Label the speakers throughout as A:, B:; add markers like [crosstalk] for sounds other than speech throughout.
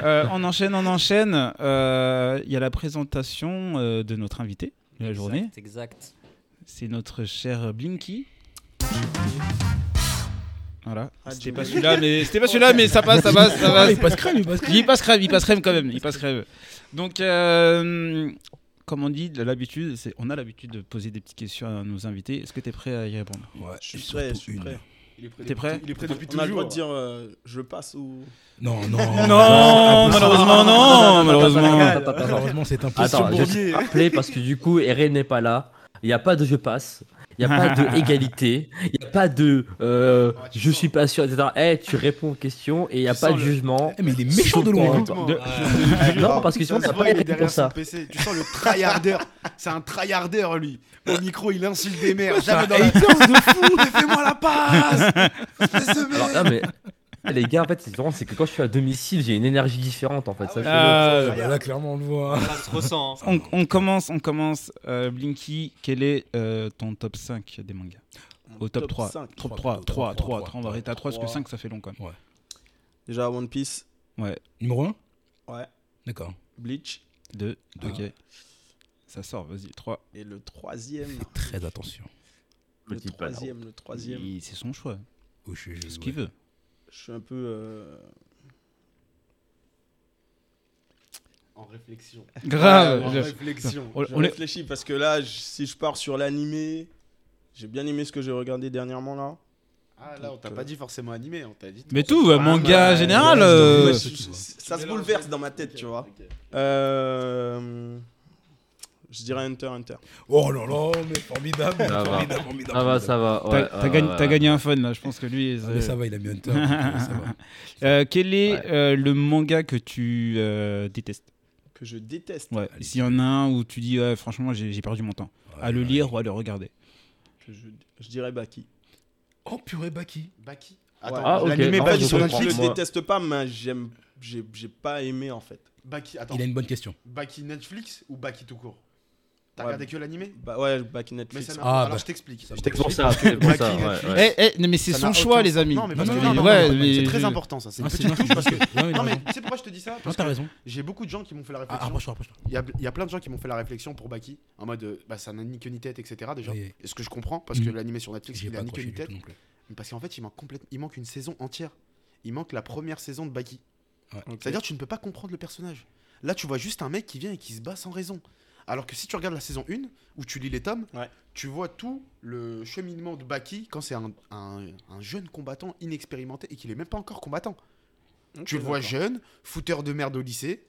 A: Euh, on enchaîne, on enchaîne. Euh, Il y a la présentation euh, de notre invité de la journée.
B: Exact, exact.
A: C'est notre cher Blinky. Voilà.
C: Ah,
A: C'était
C: Joe.
A: pas celui-là, mais c'était pas celui-là, mais ça passe, ça passe, ça passe.
D: il passe crème, il passe crème.
A: Il passe crève, il passe crève quand même, il passe crève. Donc, euh, comme on dit, de l'habitude, c'est, on a l'habitude de poser des petites questions à nos invités. Est-ce que tu es prêt à y répondre
D: Ouais,
C: Je suis
D: surtout
C: prêt, je suis
D: une.
C: prêt.
E: Il est prêt
A: T'es prêt
E: depuis- Il est prêt depuis
C: On a le droit
E: toujours.
C: de dire euh, je passe ou.
D: Non,
C: [laughs]
D: non.
A: Non, malheureusement, non, malheureusement.
B: Attends,
C: [laughs]
B: attends, attends.
D: Malheureusement, c'est
B: Attends,
D: impossible.
B: je suis rappelé parce que du coup, Eren n'est pas là. Il n'y a pas de je passe. Il n'y a pas
A: [laughs]
B: de égalité. Il n'y a pas de euh, je suis pas sûr, etc. Eh, tu réponds aux questions et il n'y a
E: Tu
B: pas de
E: sens le-
B: jugement.
D: Eh, Mais il est méchant de
B: Sans
D: loin.
B: compte.
E: Complètement.
A: De-
B: Non, parce que
E: Ça
B: sinon,
E: se
B: t'as
E: voit,
B: pas
E: il est
B: été
E: derrière
B: pour
E: son
B: ça.
E: PC. Tu sens le tryharder. C'est un tryharder, lui. Au micro, il insulte des mères.
D: C'est
E: Jamais
D: un
E: dans la... Fou, mais [laughs] fais-moi la passe C'est ce
B: Alors,
E: mec
B: non, mais. [laughs] eh, Les gars, en fait, c'est différent, c'est que quand je suis à domicile, j'ai une énergie différente en fait. Ça, je-
A: Euh,
D: Ah, bah Là, clairement, on le voit.
F: Ça se ressent.
A: on, on commence, on commence. Euh, Blinky, quel est euh, ton top 5 des mangas Au top, 3.
C: 5.
A: Top 3, 3,
D: Trois,
A: 3,
D: top
A: 3,
D: trois, trois,
A: On va
D: trois,
A: arrêter à 3 parce que
C: trois.
A: 5 ça fait long quand même.
C: Déjà One Piece.
D: Numéro 1
C: Ouais.
D: D'accord. Ah.
C: Bleach.
A: 2, ok. Ça sort, vas-y, 3.
C: Et le troisième.
D: Très attention.
C: le
B: Petit pas,
C: troisième, le troisième.
A: C'est son choix,
D: Oh, je- je-
A: ce qu'il veut.
C: Je suis un peu. euh,
E: En réflexion.
B: Ah,
A: Grave
E: En
A: je-
E: réflexion.
A: On-
C: Je
A: on est-
C: réfléchis parce que là, je- si je pars sur l'animé, j'ai bien aimé ce que j'ai regardé dernièrement là.
E: Ah là, on t'a
B: euh,
E: pas dit forcément animé, on t'a dit...
A: Mais tout, euh,
E: Ah,
A: manga
E: bah,
A: général.
D: ouais,
A: euh,
D: ouais, c'est-
C: Je-
D: tu vois.
C: ça se
E: mélanges.
C: bouleverse dans ma tête,
E: Ok,
C: tu vois.
E: ok.
C: Euh, Je dirais Hunter Hunter.
D: Oh là là, mais formidable.
B: va.
D: Formidable, formidable.
B: Ça va, ça va.
A: T'as
B: ouais,
A: t'as
B: ouais,
A: gagné,
B: ouais,
A: t'as
B: ouais.
A: gagné un fun là, je pense que lui.
D: Ah, mais
A: c'est-
D: ça va, il a mis Hunter. donc, euh, ça
E: [laughs]
D: va.
A: Euh, quel est
B: Ouais.
A: euh, le manga que tu euh, détestes
C: Que je déteste.
A: Ouais. S'il y en a un où tu dis ouais, franchement j'ai j'ai perdu mon temps à le lire ou à le regarder.
C: Que je... je dirais bah, Baki.
D: Oh purée, Baki.
E: Baki
B: Ah,
E: Attends,
B: ok.
E: l'animé
B: Non,
C: En fait,
E: Baki
B: je
C: je
E: sur
B: comprends.
C: ne
E: Netflix.
C: le
B: moi.
C: déteste pas, mais j'aime. J'ai j'ai pas aimé en fait.
E: Baki, attends.
D: Il a une bonne question.
E: Baki Netflix ou Baki tout court T'as
C: Ouais.
E: regardé que l'animé
C: Bah ouais, Baki
E: Mais
C: Netflix.
E: ça n'a
D: Ah,
E: Alors
D: bah.
E: je t'explique.
D: Ça Ah,
E: Je
D: me
B: C'est pour ça,
E: t'explique.
B: c'est pour
E: Baki,
B: ça. ouais,
E: Netflix.
B: ouais.
A: Eh, eh, non, mais c'est
E: Ça
A: son
E: n'a
A: choix,
E: aucun-
A: les amis.
E: Non, mais parce
D: Non,
E: que-
D: non,
E: non,
D: non,
E: mais
A: ouais, mais-
E: c'est très important ça. C'est une
D: Ah, c'est
E: petite
D: moi qui-
E: touche parce que.
D: Non, mais il a
E: Non, mais
D: raison.
E: tu sais pourquoi je te dis ça
D: Non,
E: Parce que
D: t'as raison.
E: j'ai beaucoup de gens qui m'ont fait la
D: Ah,
E: réflexion.
D: rapproche-toi, rapproche-toi.
E: Il y, a, il y a plein de gens qui m'ont fait la réflexion pour Baki. En mode, euh, bah, ça n'a ni queue ni tête, etc. Déjà.
D: Oui, oui.
E: Et ce que je comprends, parce que
D: Mhm.
E: l'animé sur Netflix,
D: J'ai
E: il
D: pas
E: a ni queue
D: accroché
E: ni
D: du tout euh,
E: tête.
D: non plus.
E: Mais Parce qu'en fait, il manque, complète- il manque une saison entière. Il manque la première saison de Baki.
C: Ok.
E: C'est-à-dire tu ne peux pas comprendre le personnage. Là, tu vois juste un mec qui vient et qui se bat sans raison. Alors que si tu regardes la saison 1, où tu lis les tomes,
C: Ouais.
E: tu vois tout le cheminement de Baki quand c'est un, un- un jeune combattant inexpérimenté et qu'il est même pas encore combattant.
C: Ok,
E: tu le vois
C: d'accord.
E: jeune, fouteur de merde au lycée,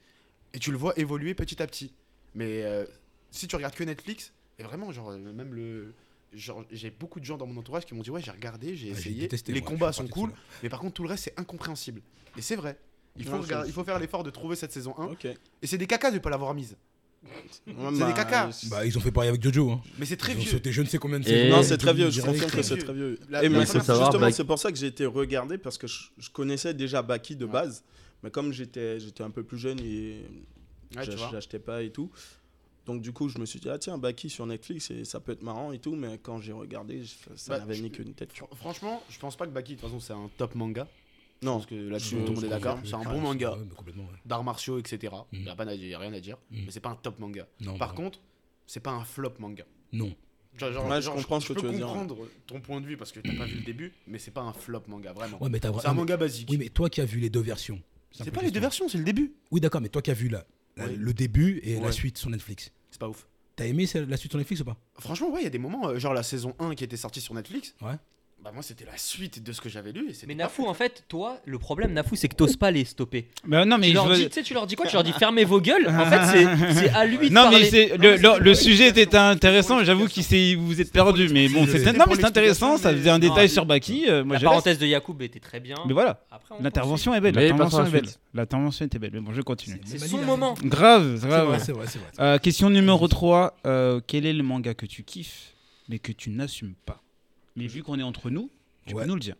E: et tu le vois évoluer petit à petit. Mais euh, si tu regardes que Netflix, et vraiment, genre, euh, même le. Genre, j'ai beaucoup de gens dans mon entourage qui m'ont dit Ouais, j'ai regardé, j'ai
D: Ah, j'ai
E: essayé,
D: détesté,
E: les
D: moi, je
E: combats
D: suis
E: sont
D: parti
E: cool,
D: de ça.
E: mais par contre, tout le reste, c'est incompréhensible. Et c'est vrai. Il faut,
C: Non, je-
E: regard- il faut faire l'effort de trouver cette saison 1.
C: Ok.
E: Et c'est des cacas de pas l'avoir mise.
C: Ouais,
E: hein. C'est
C: bah,
E: des cacas.
C: c'est-
D: Bah, ils ont fait pareil avec Jojo. Hein.
E: Mais c'est très
D: Ils ont
E: vieux.
D: sauté je ne sais combien de
B: Et-
D: saisons.
C: Non,
B: Et
C: c'est très vieux, je confirme
E: très
C: que c'est
E: vieux.
C: très vieux.
E: La- la
C: Et mais
E: première
C: c'est-
B: saison-
C: justement,
B: Black-
C: c'est pour ça que j'ai été regardé parce que je, je connaissais déjà Baki de
E: Ouais.
C: base, mais comme j'étais j'étais un peu plus jeune et
E: Ouais, tu
C: j'ach-
E: vois.
C: j'achetais pas et tout. Donc du coup, je me suis dit ah tiens, Baki sur Netflix et ça peut être marrant et tout, mais quand j'ai regardé, je- ça
E: Bah,
C: n'avait
E: je-
C: ni qu'une tête.
E: Fr- Franchement, je pense pas que Baki, de toute façon, c'est un top manga.
C: Non,
E: Parce que là-dessus,
C: Je-
E: tout le monde
C: je
E: est d'accord.
D: Ouais,
E: C'est un
D: ouais,
E: bon manga.
D: ouais, mais complètement, ouais.
E: D'arts martiaux, etc. Il
D: Mhm.
E: n'y a, pas à dire- y a rien à dire.
D: Mhm.
E: Mais c'est pas un top manga.
D: Non,
E: Par
D: non.
E: contre, c'est pas un flop manga.
D: Non.
E: Tu vois, genre-
C: Ouais, je
E: genre,
C: comprends ce que
E: peux
C: tu veux dire,
E: comprendre ton point de vue parce que t'as pas vu le début, mais c'est pas un flop manga, vraiment.
D: Ouais, mais t'as
E: c'est un
D: vraiment-
E: manga basique.
D: Oui, mais toi qui as vu les deux versions.
E: c'est
D: simple
E: pas les deux
D: question.
E: versions, c'est le début.
D: Oui, d'accord, mais toi qui as vu la- la-
E: Oui.
D: le début et
E: Ouais.
D: la suite sur Netflix.
E: C'est pas ouf.
D: T'as aimé celle- la suite sur Netflix ou pas
E: Franchement, ouais, il y a des moments, euh, genre la saison 1 qui était sortie sur Netflix.
D: Ouais.
E: Bah, moi, c'était la suite de ce que j'avais lu. Et c'était
F: Mais
E: pas
F: Nafou,
E: fou.
F: en fait, toi, le problème, Nafou, c'est que t'oses pas les stopper.
A: Bah, non, mais
F: tu,
A: je
F: leur
A: veux-
F: dis, tu sais, tu leur dis quoi Tu leur dis fermez vos gueules En fait, c'est- c'est à lui de
A: Non, mais
F: parler.
A: c'est le, le, le sujet était intéressant. J'avoue qu'il s'est vous vous êtes perdu, mais bon,
D: C'était
A: c'est
E: pour
A: non, mais c'est intéressant.
E: l'explication,
A: Ça
E: mais-
A: faisait un
F: Non,
A: détail
F: mais-
A: sur Baki. euh, Moi,
F: La
A: je laisse.
F: parenthèse de Yacoub était très bien.
A: Mais voilà,
F: Après, on
A: l'intervention est belle.
B: Mais
A: L'intervention
B: passons à
A: est
B: la
A: belle.
B: suite.
A: L'intervention était belle. Mais bon, je continue.
F: C'est
D: Mali,
F: son
D: il a
F: moment.
D: raison.
A: Grave,
D: C'est vrai,
A: grave.
D: c'est vrai, c'est vrai.
A: Euh, question numéro 3. quel est le manga que tu kiffes, mais que tu n'assumes pas Mais vu qu'on est entre nous, tu
D: Ouais.
A: peux nous le dire.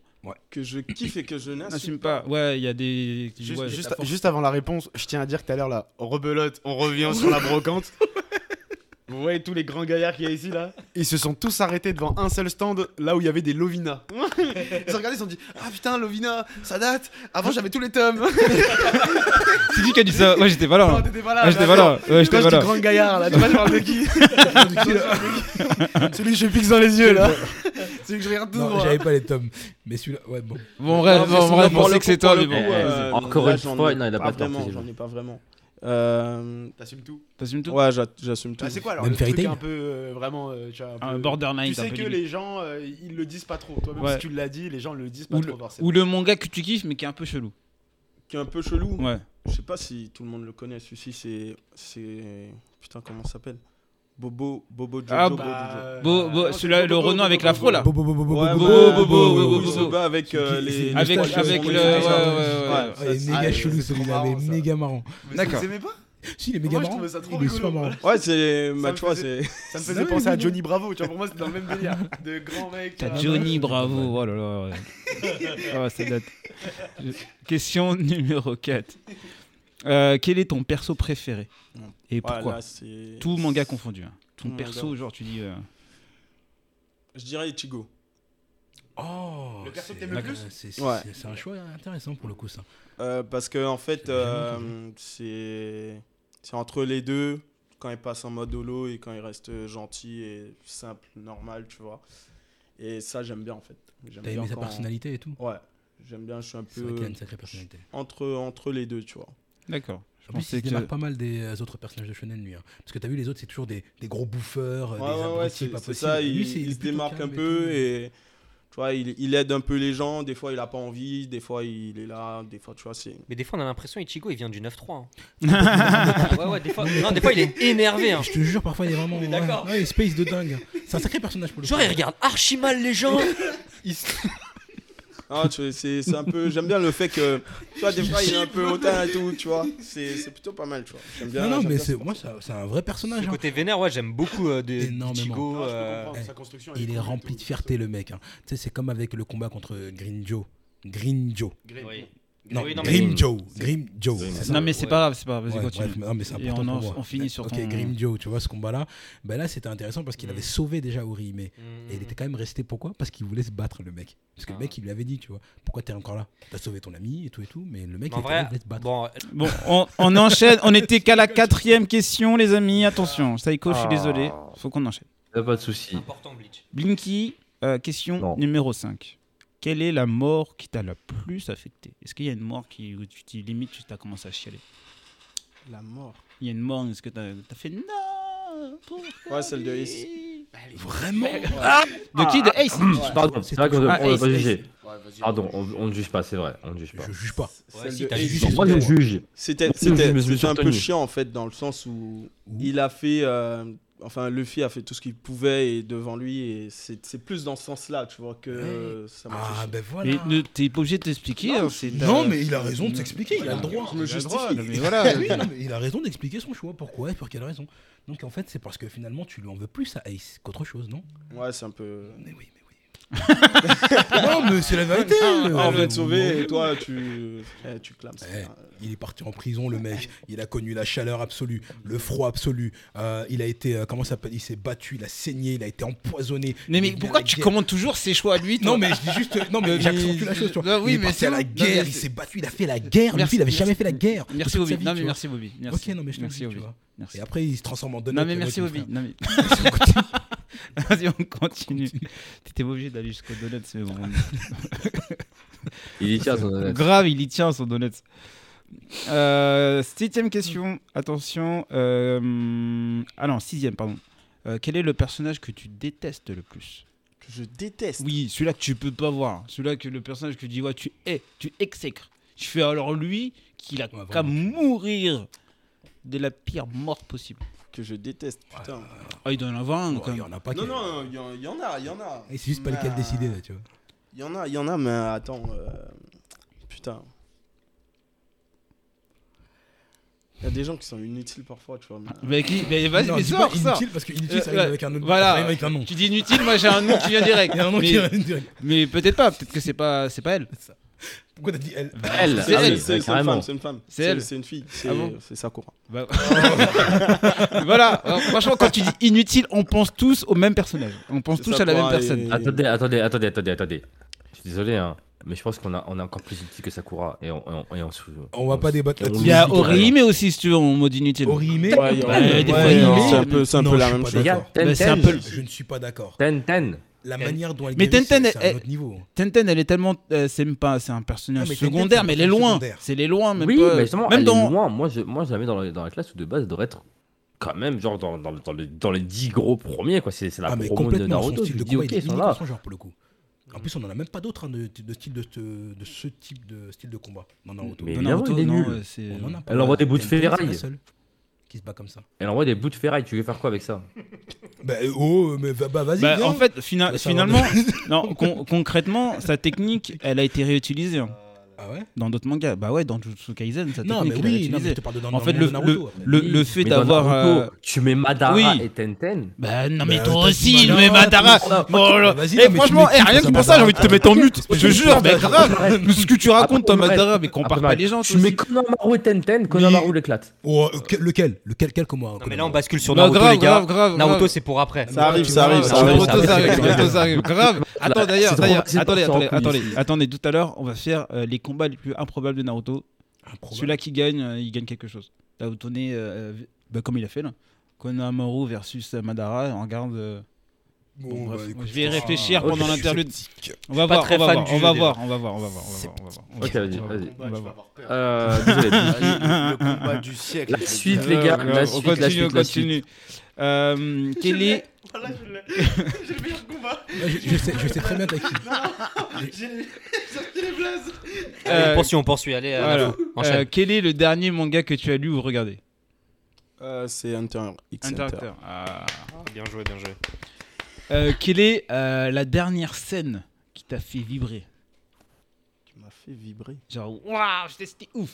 C: que je kiffe et
E: [laughs]
C: que je
E: Ah,
A: N'assume
C: n'assume
A: pas. Ouais, il y a des.
E: Juste,
A: ouais.
E: juste- juste avant la réponse, je tiens à dire que tout à l'heure, là, on rebelote, on revient sur la brocante. [laughs] Vous voyez tous les grands gaillards qu'il y a ici là Ils se sont tous arrêtés devant un seul stand là où il y avait des Lovina. [laughs] ils ont regardé, ils se sont dit Ah putain, Lovina, ça date Avant j'avais tous les tomes
A: C'est qui qui a dit ça Moi j'étais pas là.
E: [laughs] Non,
A: hein.
E: t'étais pas là
A: Ah, j'étais pas là. Ouais, j'étais pas là.
E: grand gaillard là, tu vois, je parle de [laughs] qui Celui que je fixe dans les yeux là Celui que je regarde tout
D: Non,
E: droit
D: j'avais pas les tomes. Mais celui-là, ouais, bon.
A: Bon, bref,
C: Non, mais
A: bon, bref,
C: pour
A: on
C: le
A: sait
C: coup,
A: que c'est
C: pour
A: toi,
C: le
A: mais
C: coup,
A: bon.
C: euh,
B: Encore
C: là,
B: une
C: j'en ai
B: fois, non, il a pas tort,
C: vraiment,
B: c'est
C: J'en ai pas vraiment. Euh,
E: T'assumes tout
A: T'assumes tout
C: ouais, j'a- j'assume tout.
E: Bah, C'est quoi alors
D: Même
E: le truc
D: Fairy Tail
E: un peu euh, vraiment euh, tu vois, un
A: Un
E: peu-
A: borderline.
E: Tu sais
A: un peu
E: que
A: limite.
E: les gens euh, ils le disent pas trop. Toi-même
A: Ouais.
E: si tu l'as dit, les gens le disent pas
A: Ou
E: trop
A: le,
E: forcément.
A: ou le manga que tu kiffes mais qui est un peu chelou.
C: Qui est un peu chelou.
A: Ouais.
C: Je sais pas si tout le monde le connaît. Celui-ci, c'est. c'est- Putain, comment ça s'appelle Bobo, Bobo Jojo.
A: Ah,
C: Bobo
E: Bah,
C: Jojo.
A: Bo- bo-
E: non, c'est
A: celui-là,
E: Bobo,
A: le
E: Bobo,
A: Renault avec
E: Bobo,
A: l'afro là.
D: Bo, bo, bo, bo, bo,
C: Ouais,
D: bo,
A: Bobo,
C: ouais,
D: bo,
A: Bobo,
D: bo,
A: Bobo,
C: Il
D: bo,
C: se
A: Bobo.
C: bat avec euh,
D: C'est-
C: les.
D: c'est-
C: les
A: Avec-
C: moustaches
A: avec
C: qui sont
A: le-
C: dans les
A: ouais, ouais,
C: cheveux.
A: ouais.
D: Ah, il est
C: ça,
D: méga
E: c'est-
D: chelou
E: c'est trop
D: celui-là,
E: marrant,
D: mais
E: ça.
D: méga marrant.
E: Mais ça,
A: D'accord.
E: Vous aimez pas
D: Si, il est méga
E: Moi je
D: marrant.
E: trouvais ça trop
D: Il est super
E: rigolo.
D: marrant.
C: c'est- Ouais, c'est. Bah,
E: me
C: tu vois,
E: faisait-
C: c'est.
E: Ça me faisait penser à Johnny Bravo, tu vois, pour moi c'était dans le même délire. De grand mec.
A: T'as
E: là.
A: Johnny Bravo, oh là là. ouais. Ah ouais, ça date. Je- Question numéro 4. Euh, quel est ton perso préféré Et
C: Ouais,
A: pourquoi
C: Oh là, c'est-
A: Tout manga confondu. hein. Ton
C: Tout
A: perso,
C: manga.
A: genre tu dis. euh,
C: Je dirais Ichigo.
D: Oh,
E: Le perso que
D: c'est-
E: t'aimes le
D: d'accord.
E: plus
D: C'est c'est-
C: Ouais.
D: c'est un choix intéressant pour le coup, ça.
C: Euh, parce que, en fait,
D: J'ai jamais
C: euh, c'est. C'est entre les deux. Quand il passe en mode holo et quand il reste gentil et simple, normal, tu vois. Et ça, j'aime bien, en fait. J'aime
D: T'as
C: bien
D: aimé sa
C: quand-
D: personnalité et tout
C: Ouais. J'aime bien, je suis un
D: C'est vrai
C: peu
D: qu'il a une sacrée personnalité.
C: entre, entre les deux, tu vois.
A: D'accord. Je
D: En plus,
A: pensais
D: il se démarque
A: que.
D: pas mal des euh, autres personnages de Shonen, lui. hein. Parce que t'as vu, les autres, c'est toujours des, des gros bouffeurs, euh,
C: Ouais,
D: des
C: ouais, ouais,
D: abrutis
C: c'est
D: pas
C: c'est
D: possibles.
C: ça,
D: Et
C: il,
D: lui, c'est-
C: il se
D: est plutôt
C: démarque un
D: calme
C: peu
D: tout.
C: et tu vois, il, il aide un peu les gens, des fois il a pas envie, des fois il est là, des fois tu vois, c'est...
F: Mais des fois, on a l'impression Ichigo, il vient du 9-3.
A: [laughs]
F: hein. ouais, ouais, des fois, non, des fois, il est énervé. hein.
D: Je te jure, parfois, il est vraiment.
F: On est
D: ouais,
F: d'accord.
D: ouais, il est space de dingue. C'est un sacré personnage pour le
F: Genre,
D: coup.
F: il regarde archi mal
A: [laughs]
F: les gens.
C: Ah, tu- c'est c'est un peu... J'aime bien le fait que, tu vois, des fois il est un peu hautain et tout, tu vois. C'est c'est plutôt pas mal, tu vois. J'aime bien...
D: Non, non,
C: j'aime
D: mais
C: bien
D: c'est
C: ça.
D: moi, ça- c'est un vrai personnage.
F: Le
D: hein.
F: côté vénère, ouais, j'aime beaucoup euh, des
D: Énormément.
E: Non,
F: Ichigo.
E: je peux
F: euh,
E: comprendre,
D: eh,
E: sa construction, elle est
D: Il est
E: cool et
D: rempli
E: tout,
D: de fierté, le mec. hein. Tu sais, c'est comme avec le combat contre Green Joe. Green Joe.
E: Green.
F: Oui.
D: Non,
F: Oui, non, mais-
D: Grim Joe. Grim Joe. c'est ça.
A: Non, mais c'est
F: Ouais.
A: pas grave, c'est pas grave,
D: Ouais,
A: vas-y,
D: bref,
A: continue.
D: mais- non, mais c'est
A: Et
D: important
A: on, en-
D: pour moi.
A: on finit sur
D: Ok,
A: ton.
D: Grim Joe, tu vois ce combat-là. Ben là, c'était intéressant parce qu'il
F: Mm.
D: avait sauvé déjà Orihime. Et
F: Mm.
D: il était quand même resté. Pourquoi Parce qu'il voulait se battre, le mec. Parce que
F: Ah.
D: le mec, il lui avait dit, tu vois, pourquoi t'es encore là T'as sauvé ton ami et tout et tout. Mais le mec,
F: Mais
D: il
F: en
D: était
F: vrai,
D: là, il voulait se battre.
F: bon,
A: Bon, on, on enchaîne. On était qu'à la quatrième question, les amis. Attention, Saiko, je suis
B: Ah.
A: désolé. Faut qu'on enchaîne.
B: Y a Pas de souci.
F: important Bleach.
A: Blinky, euh, question
B: Non.
A: numéro 5. Quelle est la mort qui t'a la plus affecté Est-ce qu'il y a une mort qui, où tu t'y limites, tu as commencé à chialer
C: La mort.
A: Il y a une mort, est-ce que t'as as fait non pourquoi
C: Ouais, celle de
A: lui
C: Ace.
D: Vraiment
A: De qui De
D: Ah.
A: Ace
B: Pardon, c'est vrai qu'on ne
A: Ah,
B: on ne
A: Ace,
B: pas
A: Ace.
B: juger.
E: Ouais, vas-y.
B: Pardon, on on ne juge pas, c'est vrai, on ne juge pas.
D: Je juge pas.
C: Celle
F: si,
C: de
F: t'as
C: Ace.
D: jugé,
B: Moi je juge.
C: C'était
B: Je me suis- je me
C: c'était-
B: suis
C: c'était un peu
B: retenu.
C: chiant, en fait, dans le sens où il a fait... euh, Enfin, Luffy a fait tout ce qu'il pouvait et devant lui, et c'est c'est plus dans ce sens-là, tu vois, que euh, ça m'a fait
D: Ah,
C: chier.
D: ben voilà.
A: Mais ne- t'es pas obligé de t'expliquer. hein, c'est ta-
D: Non, mais il a raison de s'expliquer, il a le droit.
A: Il a le droit, non, mais
D: [laughs] Ah
A: voilà. [laughs]
D: oui, non, mais il a raison d'expliquer son choix, pourquoi et pour quelle raison. Donc en fait, c'est parce que finalement, tu lui en veux plus à Ace qu'autre chose, non
C: Ouais, c'est un peu...
D: Mais oui, mais
A: [laughs]
D: oui. non, mais c'est la vérité.
C: Ah, on
D: Euh,
C: veut te sauver et toi tu, eh, tu clames.
D: Eh, il est parti en prison, le mec. Il a connu la chaleur absolue, le froid absolu. Euh, il a été, euh, comment ça s'appelle Il s'est battu, il a saigné, il a été empoisonné.
A: Mais, mais
D: Il a
A: pourquoi
D: la
A: tu
D: guerre.
A: commandes toujours ses choix à lui toi
D: Non, mais je dis juste. Non, mais j'accentue la chose. tu vois.
A: Bah oui,
D: il est
A: mais
D: parti
A: c'est
D: à la
A: bon. Non,
D: guerre,
A: mais
D: il
A: c'est-
D: s'est battu, il a fait la guerre.
A: Merci,
D: Merci, il avait
A: merci.
D: jamais fait la guerre. de
A: Merci
D: toute sa
A: Obi.
D: vie,
A: non,
D: tu
A: mais
D: vois.
A: merci Bobby. Merci.
D: Ok, non, mais je t'en
A: merci
D: prie, tu
A: Obi.
D: vois.
A: Merci.
D: Et après, il se transforme en Donald.
A: Non mais
D: tu vois,
A: merci
D: mon
A: Bobby.
D: frère.
A: Non mais [laughs] vas-y on continue. T'étais pas obligé d'aller jusqu'au donut, c'est bon.
B: Il y tient son
A: [laughs]
B: honnête.
A: Grave, il y tient son donut. Euh, septième question, attention. Euh... Ah non, sixième, pardon. Euh, quel est le personnage que tu détestes le plus
C: Que je déteste.
A: Oui, celui-là que tu peux pas voir. Celui-là que le personnage que tu dis, ouais, tu hais, tu exècres. Je fais alors lui qu'il a
D: Ouais,
A: qu'à
D: vraiment, tu-
A: mourir de la pire mort possible.
C: Que je déteste, putain.
A: Ah, il doit en avoir un
D: Bon,
A: quand
D: Il y
A: même.
D: en a pas
C: Non,
D: qui-
C: non, il y, en- il y en a, il y en a.
D: Et c'est juste pas lequel
C: Mais-
D: décider, là, tu vois.
C: Il y en a, il y en a, mais attends. euh, Putain. Il y a des gens qui sont inutiles parfois, tu vois. mais-
A: Mais qui Mais vas-y,
D: Non,
A: mais
D: dis
A: sors,
D: pas
A: sors.
D: inutile, parce que inutile, ça
A: Euh,
D: arrive
A: ouais.
D: avec un autre.
A: Voilà.
D: ça arrive avec un nom.
A: Tu dis inutile, moi j'ai un nom qui vient direct.
D: [laughs] Il y a un nom
A: mais,
D: qui arrive direct.
A: mais peut-être pas, peut-être que c'est pas, c'est pas elle.
D: Pourquoi t'as dit elle
B: Elle,
C: C'est
B: ah oui,
C: elle, c'est c'est une
B: carrément.
C: femme, c'est une femme.
A: C'est elle.
C: C'est une fille.
A: Ah
C: C'est
A: bon
C: c'est Sakura.
A: Bah- [laughs] voilà, Alors, franchement, quand tu dis inutile, on pense tous au même personnage. On pense
C: C'est
A: tous
C: ça,
A: à la
C: toi,
A: même
C: et-
A: personne. Ah,
B: Attendez, attendez, attendez, attendez, attendez. Je suis désolé, hein, mais je pense qu'on a, on a encore plus utile que Sakura et on, et on, et on, se-
D: On va pas débattre
B: on
D: là-dessus.
A: Il y a
B: Musique,
A: Orihime aussi, si tu veux, en mode inutile.
D: Orihime
C: Ouais, il y a-
A: Ouais, des fois,
C: ouais,
A: il-
C: non,
A: mais-
C: C'est un peu, c'est un
D: Non,
C: peu
D: je
C: la
D: suis
C: même
D: pas
C: chose.
B: Les gars,
D: D'accord.
A: Bah,
B: Tenten,
A: c'est un peu le-
D: Je ne suis pas d'accord.
B: Ten Ten.
D: La manière dont elle
A: Mais
D: guérissait,
A: Tenten,
D: c'est
A: elle-
D: un autre niveau.
A: Tenten, elle est tellement. euh, c'est même pas. C'est un personnage
D: Ouais, mais Tenten,
A: secondaire,
D: c'est un
A: mais elle est loin.
D: secondaire.
A: C'est les loin, même
B: Oui,
A: pas.
B: mais justement,
A: même
B: elle
A: dans.
B: est loin. Moi, je, moi, je la mets dans la, dans la classe où de base, elle devrait être quand même genre dans, dans, dans, les, dans les 10 gros premiers. quoi. C'est c'est la
D: Ah, mais
B: promo de
D: complètement. Son
B: Naruto. Je
D: style
B: me
D: de
B: dis,
D: combat,
B: ok,
D: il est
B: ils sont
D: unique
B: là.
D: dans son genre pour le coup. En plus, on en a même pas d'autres hein, de, de style de, ce- de ce type de style de combat dans Naruto.
B: Mais
A: dans
B: évidemment,
A: Naruto,
B: il est
A: non,
B: nul.
A: euh, c'est-
D: On en a pas.
B: Elle envoie des bouts de
D: Tenten, c'est la
B: ferraille.
D: seule Qui se bat comme ça.
B: Elle envoie des bouts de ferraille. Tu veux faire quoi avec ça
D: Bah oh, mais va- bah, vas-y.
A: Bah,
D: viens.
A: en fait, fina-
D: Ça, ça va
A: finalement, non, con- concrètement, sa technique, elle a été réutilisée hein,
D: Ah ouais
A: dans d'autres mangas. Bah ouais, dans Jujutsu Kaisen, sa
D: Non, mais
A: technique, elle est
D: oui, non, mais
A: utilisée.
D: je te parle de dans,
A: En
D: dans
A: fait,
D: le,
A: le,
D: monde de Naruto.
A: le,
D: après.
A: le,
B: Oui,
A: le fait
B: mais dans
A: d'avoir.
B: Naruto,
A: euh,
B: Tu mets Madara
A: oui.
B: et Tenten.
A: Bah non,
D: Bah,
A: mais toi
D: t'as-
A: aussi,
D: bah,
A: mais
D: non,
A: Madara.
D: t'as-
A: Oh là.
D: Bah, vas-y,
A: Eh,
D: non, mais tu
A: franchement,
D: me
A: eh,
D: kiffes,
A: rien
D: ça,
A: que pour ça, j'ai envie de te
D: Madara.
A: mettre en mute. Je jure, mais grave. Ce que tu racontes, toi,
B: Après, on arrête.
A: Madara, mais compare
B: Après,
A: pas
B: on
A: les gens.
B: Tu
A: toi
B: mets
A: aussi.
B: Konohamaru et Tenten. Konohamaru l'éclate.
D: Oh, euh, quel- lequel Lequel quel comment
F: Non, mais là, on bascule sur
A: Bah,
F: Naruto,
A: grave,
F: les gars.
A: grave, grave,
F: Naruto,
A: grave.
F: c'est pour après.
C: Ça arrive, ça arrive, ça
F: Ah,
C: arrive.
F: ça
A: Naruto,
F: arrive.
A: ça arrive, Naruto, ça arrive. Grave. Attends, d'ailleurs,
B: trop-
A: d'ailleurs,
B: c'est trop-
A: attendez, attendez,
B: c'est trop
A: attendez,
B: cool, ici.
A: attendez. Tout à l'heure, on va faire euh, les combats les plus improbables de Naruto. Celui-là qui gagne, euh, il gagne quelque chose. Là, vous tournez, euh, euh, bah, comme il a fait là. Konohamaru versus euh, Madara, on regarde. euh, bon,
D: Oh, bah,
A: bref. je
D: euh,
A: vais y réfléchir
D: ah,
B: ok,
A: pendant
B: je suis
A: l'interlude. On va
F: Pas
A: voir,
F: très
A: on va
F: fan
A: voir,
F: du
A: on
F: jeu,
A: va
F: déjà.
A: voir, on va voir, on va voir, on va voir, on va voir, on va
B: Ok,
A: voir,
B: vas-y,
A: on va voir,
B: vas-y.
A: on va voir. [laughs]
B: Euh, désolé.
E: Le combat du siècle.
B: La
E: je te dis.
B: suite, les gars.
A: Euh,
B: La
A: on
B: suite,
A: continue,
B: la suite,
A: on
B: la suite.
A: continue. Euh, quel est
G: Voilà, je l'ai. J'ai le meilleur combat.
D: Bah, Je je sais je sais très bien
A: [laughs]
D: t'as qui.
G: J'ai les- j'ai acheté les blazes.
A: euh,
F: On poursuit, on poursuit. Allez, euh,
A: voilà.
F: Nafo,
A: euh,
F: enchaîne.
A: quel est le dernier manga que tu as lu ou regardé
C: Euh, C'est Hunter X Hunter.
A: Interacteur. Ah.
F: Bien joué, bien joué.
A: Euh, quelle est euh, la dernière scène qui t'a fait vibrer
C: Tu m'as fait
A: [laughs]
C: vibrer.
A: Genre waouh, c'était c'était ouf.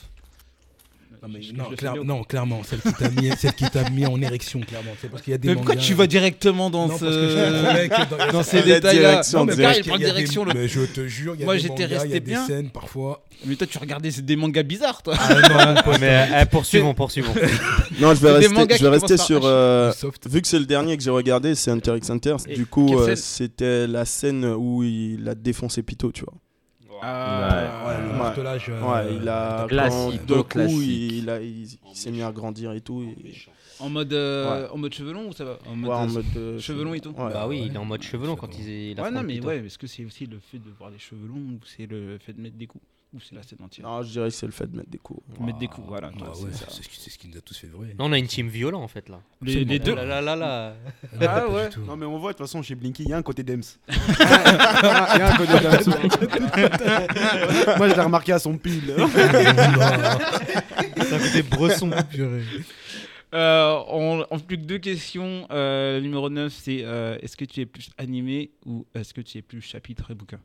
D: Non, mais
A: Je- je
D: non,
A: le fais
D: clair-
A: bien.
D: non, clairement, celle qui t'a mis, celle qui t'a mis en érection, clairement. C'est parce qu'il y a des
A: Mais pourquoi
D: mangas-
A: tu vas directement dans
D: Non, parce
A: [laughs]
D: que je te
A: ce
D: promets que dans-
A: dans ces
C: La
A: détails là
C: direction,
A: Non, mais
C: direct.
A: pareil, il prend
D: Il y a des-
A: direction le
D: Mais je te jure, il y a
A: Moi,
D: des
A: j'étais
D: mangas, il y
A: resté
D: a
A: bien.
D: des scènes parfois.
A: Mais toi tu regardais c'est des mangas bizarres toi.
D: Ah non,
F: Mais euh, poursuivons, poursuivons.
C: Non, je vais
A: C'est des
C: rester,
A: mangas
C: je vais
A: qui
C: rester
A: commencent par
C: sur.
A: H.
C: euh,
D: soft.
C: Vu que c'est le dernier que j'ai regardé, c'est Hunter x Hunter.
A: Et
C: Du coup,
A: quelle
C: euh,
A: scène
C: c'était la scène où il a défoncé Pito, tu vois.
A: Ah,
D: Ouais, le
C: Ouais.
D: martelage. euh,
C: Ouais, il a
B: Classique,
C: quand
B: beau
C: deux coups,
B: classique.
C: il, il a- il- il s'est mis à grandir et tout. et-
A: En mode euh, en mode chevelon ou ça va En mode,
C: Ouais, en
A: euh,
C: mode, euh,
A: cheveux longs et tout.
C: Ouais.
F: Bah oui,
D: ouais.
F: il est en mode chevelon quand il il
A: Ouais
F: affronte
A: non mais
F: Pito.
A: ouais, est-ce que c'est aussi le fait de voir des chevelons ou c'est le fait de mettre des coups ou c'est la scène entière
C: Non, je dirais que c'est le fait de mettre des coups.
A: Mettre des coups, voilà.
D: Ah
A: toi,
D: ouais,
A: c'est ça.
D: c'est c'est ce qui- c'est ce qui nous a tous fait vibrer.
F: Là, on a une team violent en fait là.
A: Les, les
D: absolument.
A: deux.
F: Là, là, là, là.
A: Ah
D: pas du
A: ouais.
D: tout.
E: Non, mais on voit, de toute façon, chez Blinky, il y a un côté [laughs] Dems. Il y a un côté Dems. Moi, je l'ai remarqué à son pile.
F: Ça fait des bressons.
D: Purée.
A: Euh, on, en plus que deux questions. Euh, numéro 9, c'est euh, est-ce que tu es plus animé ou est-ce que tu es plus chapitre et bouquin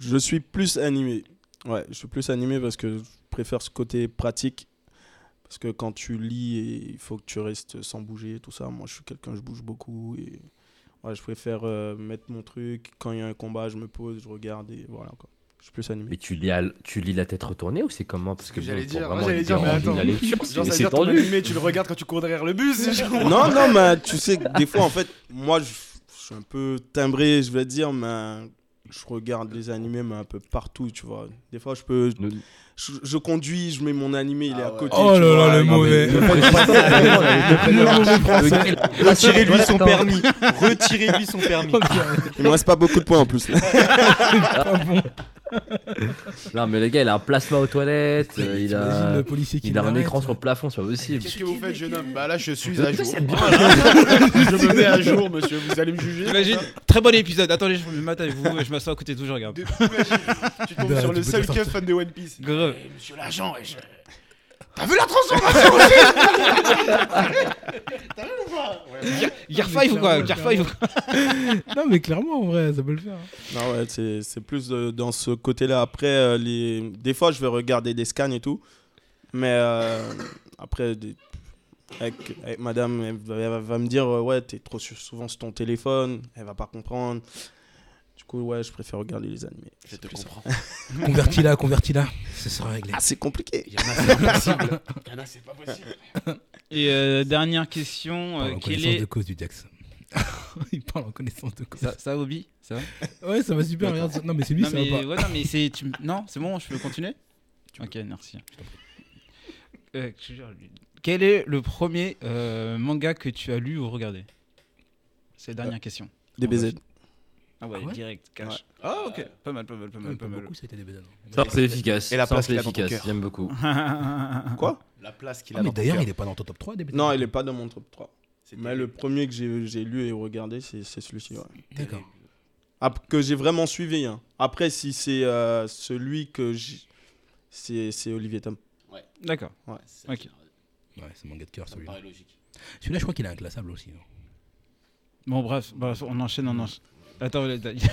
C: Je suis plus animé. Ouais, je suis plus animé parce que je préfère ce côté pratique. Parce que quand tu lis, et il faut que tu restes sans bouger et tout ça. Moi, je suis quelqu'un, je bouge beaucoup. Et... Ouais, je préfère euh, mettre mon truc. Quand il y a un combat, je me pose, je regarde et voilà. Quoi. Je suis plus animé.
B: Mais tu lis, à l- tu lis la tête retournée ou c'est comment Parce que bon,
E: J'allais
B: faut
E: dire,
B: vraiment
E: j'allais
B: l'idée
E: dire, mais
B: en ligne,
E: attends.
B: la lecture,
E: Genre,
B: c'est
E: ça veut
B: c'est
E: dire ton
B: tendu.
E: animé, tu le regardes quand tu cours derrière le bus.
C: [laughs] non, non, mais tu sais que des fois, en fait, moi, je, je suis un peu timbré, je vais dire, mais je regarde les animés, mais un peu partout, tu vois. Des fois, je peux.
B: Nous-
C: Je, je conduis, je mets mon animé, il est
E: Ah
C: à
E: ouais.
C: côté.
D: Oh
C: tu
D: là
C: vois,
D: là, le
C: et-
D: mauvais.
B: [laughs]
F: Retirez-lui son permis. Retirez-lui son permis. Ah,
C: Il me reste pas beaucoup de points en plus.
B: Non, mais le gars, il a un plasma aux toilettes, euh, il
D: T'imagines
B: a,
D: le policier qui
B: il a un
D: l'arrête.
B: écran sur le plafond, c'est pas possible.
E: Qu'est-ce que vous faites, jeune homme Bah là, je suis à jour.
B: bien.
E: Je me mets à jour, monsieur. Vous allez me juger.
A: J'imagine. Très bon épisode. Attendez, je me mate avec vous et je m'assois à côté de vous, je regarde.
E: Des- imagine, Tu tombes
D: Bah,
E: sur
D: tu
E: le
D: peux
E: seul
D: te
E: keuf fan de One Piece.
A: Grave.
E: Eh, Monsieur l'agent, et je- T'as vu la transformation
A: Gear 5 ou quoi Gear 5 ou quoi
D: Non, mais clairement, en vrai, ça peut le faire.
C: Non, Ah ouais, c'est c'est plus de- dans ce côté-là. Après, euh, les... des fois, je vais regarder des scans et tout. Mais euh, après, des- avec, avec madame, elle va, elle va me dire euh, Ouais, t'es trop sur- souvent sur ton téléphone. Elle va pas comprendre. Du coup, ouais, je préfère regarder les animés.
E: Je te
C: plus ça.
E: comprends.
D: Convertis-la, convertis-la. Ce sera réglé.
C: Ah, c'est compliqué.
E: Il y en a, c'est pas possible. Il y en a, c'est pas possible.
A: Et euh, dernière question,
D: Parle
A: euh,
D: en
A: quel
D: connaissance
A: est...
D: de cause du Jax. [laughs] Il parle en connaissance de cause.
A: Ça, ça, Obi Ça va
D: Ouais, ça va super. Regarde, ça- non, mais c'est lui,
A: non,
D: ça
A: mais,
D: va pas.
A: ouais, non, mais c'est. tu m- Non, c'est bon, je peux continuer Ok, merci. Euh, je te jure, lui- Quel est le premier euh, manga que tu as lu ou regardé C'est la
D: Euh,
A: dernière question.
C: DBZ.
A: Ah ouais,
D: Ah ouais
A: direct, cash. Ah, ok, pas mal, pas mal, pas mal,
D: Ouais,
A: pas
D: pas
A: mal.
D: beaucoup, ça a été des bananes.
B: Ça, c'est efficace.
E: Et la
B: Ça,
E: place
B: c'est
E: qu'il a dans ton
B: efficace.
E: cœur.
B: J'aime beaucoup.
E: [laughs]
C: Quoi
E: La place qu'il a
D: Ah, mais
E: dans ton
D: d'ailleurs,
E: cœur.
D: il est pas dans ton top 3 des bananes.
C: Non, il est pas dans mon top 3.
E: C'est
C: Mais le
E: terrible.
C: premier que j'ai j'ai lu et regardé, c'est c'est celui-ci. ouais.
D: D'accord.
C: Ah, que j'ai vraiment suivi. hein. Après, si c'est euh, celui que j'ai. C'est c'est Olivier Tom.
A: D'accord.
G: C'est-
A: Ok.
D: Ouais, c'est manga de cœur
G: Ça me
D: celui-là.
G: paraît logique.
D: hein. Celui-là, je crois qu'il est inclassable aussi. non
A: Bon, bref, bref, on enchaîne, on enchaîne. Attends, il y a-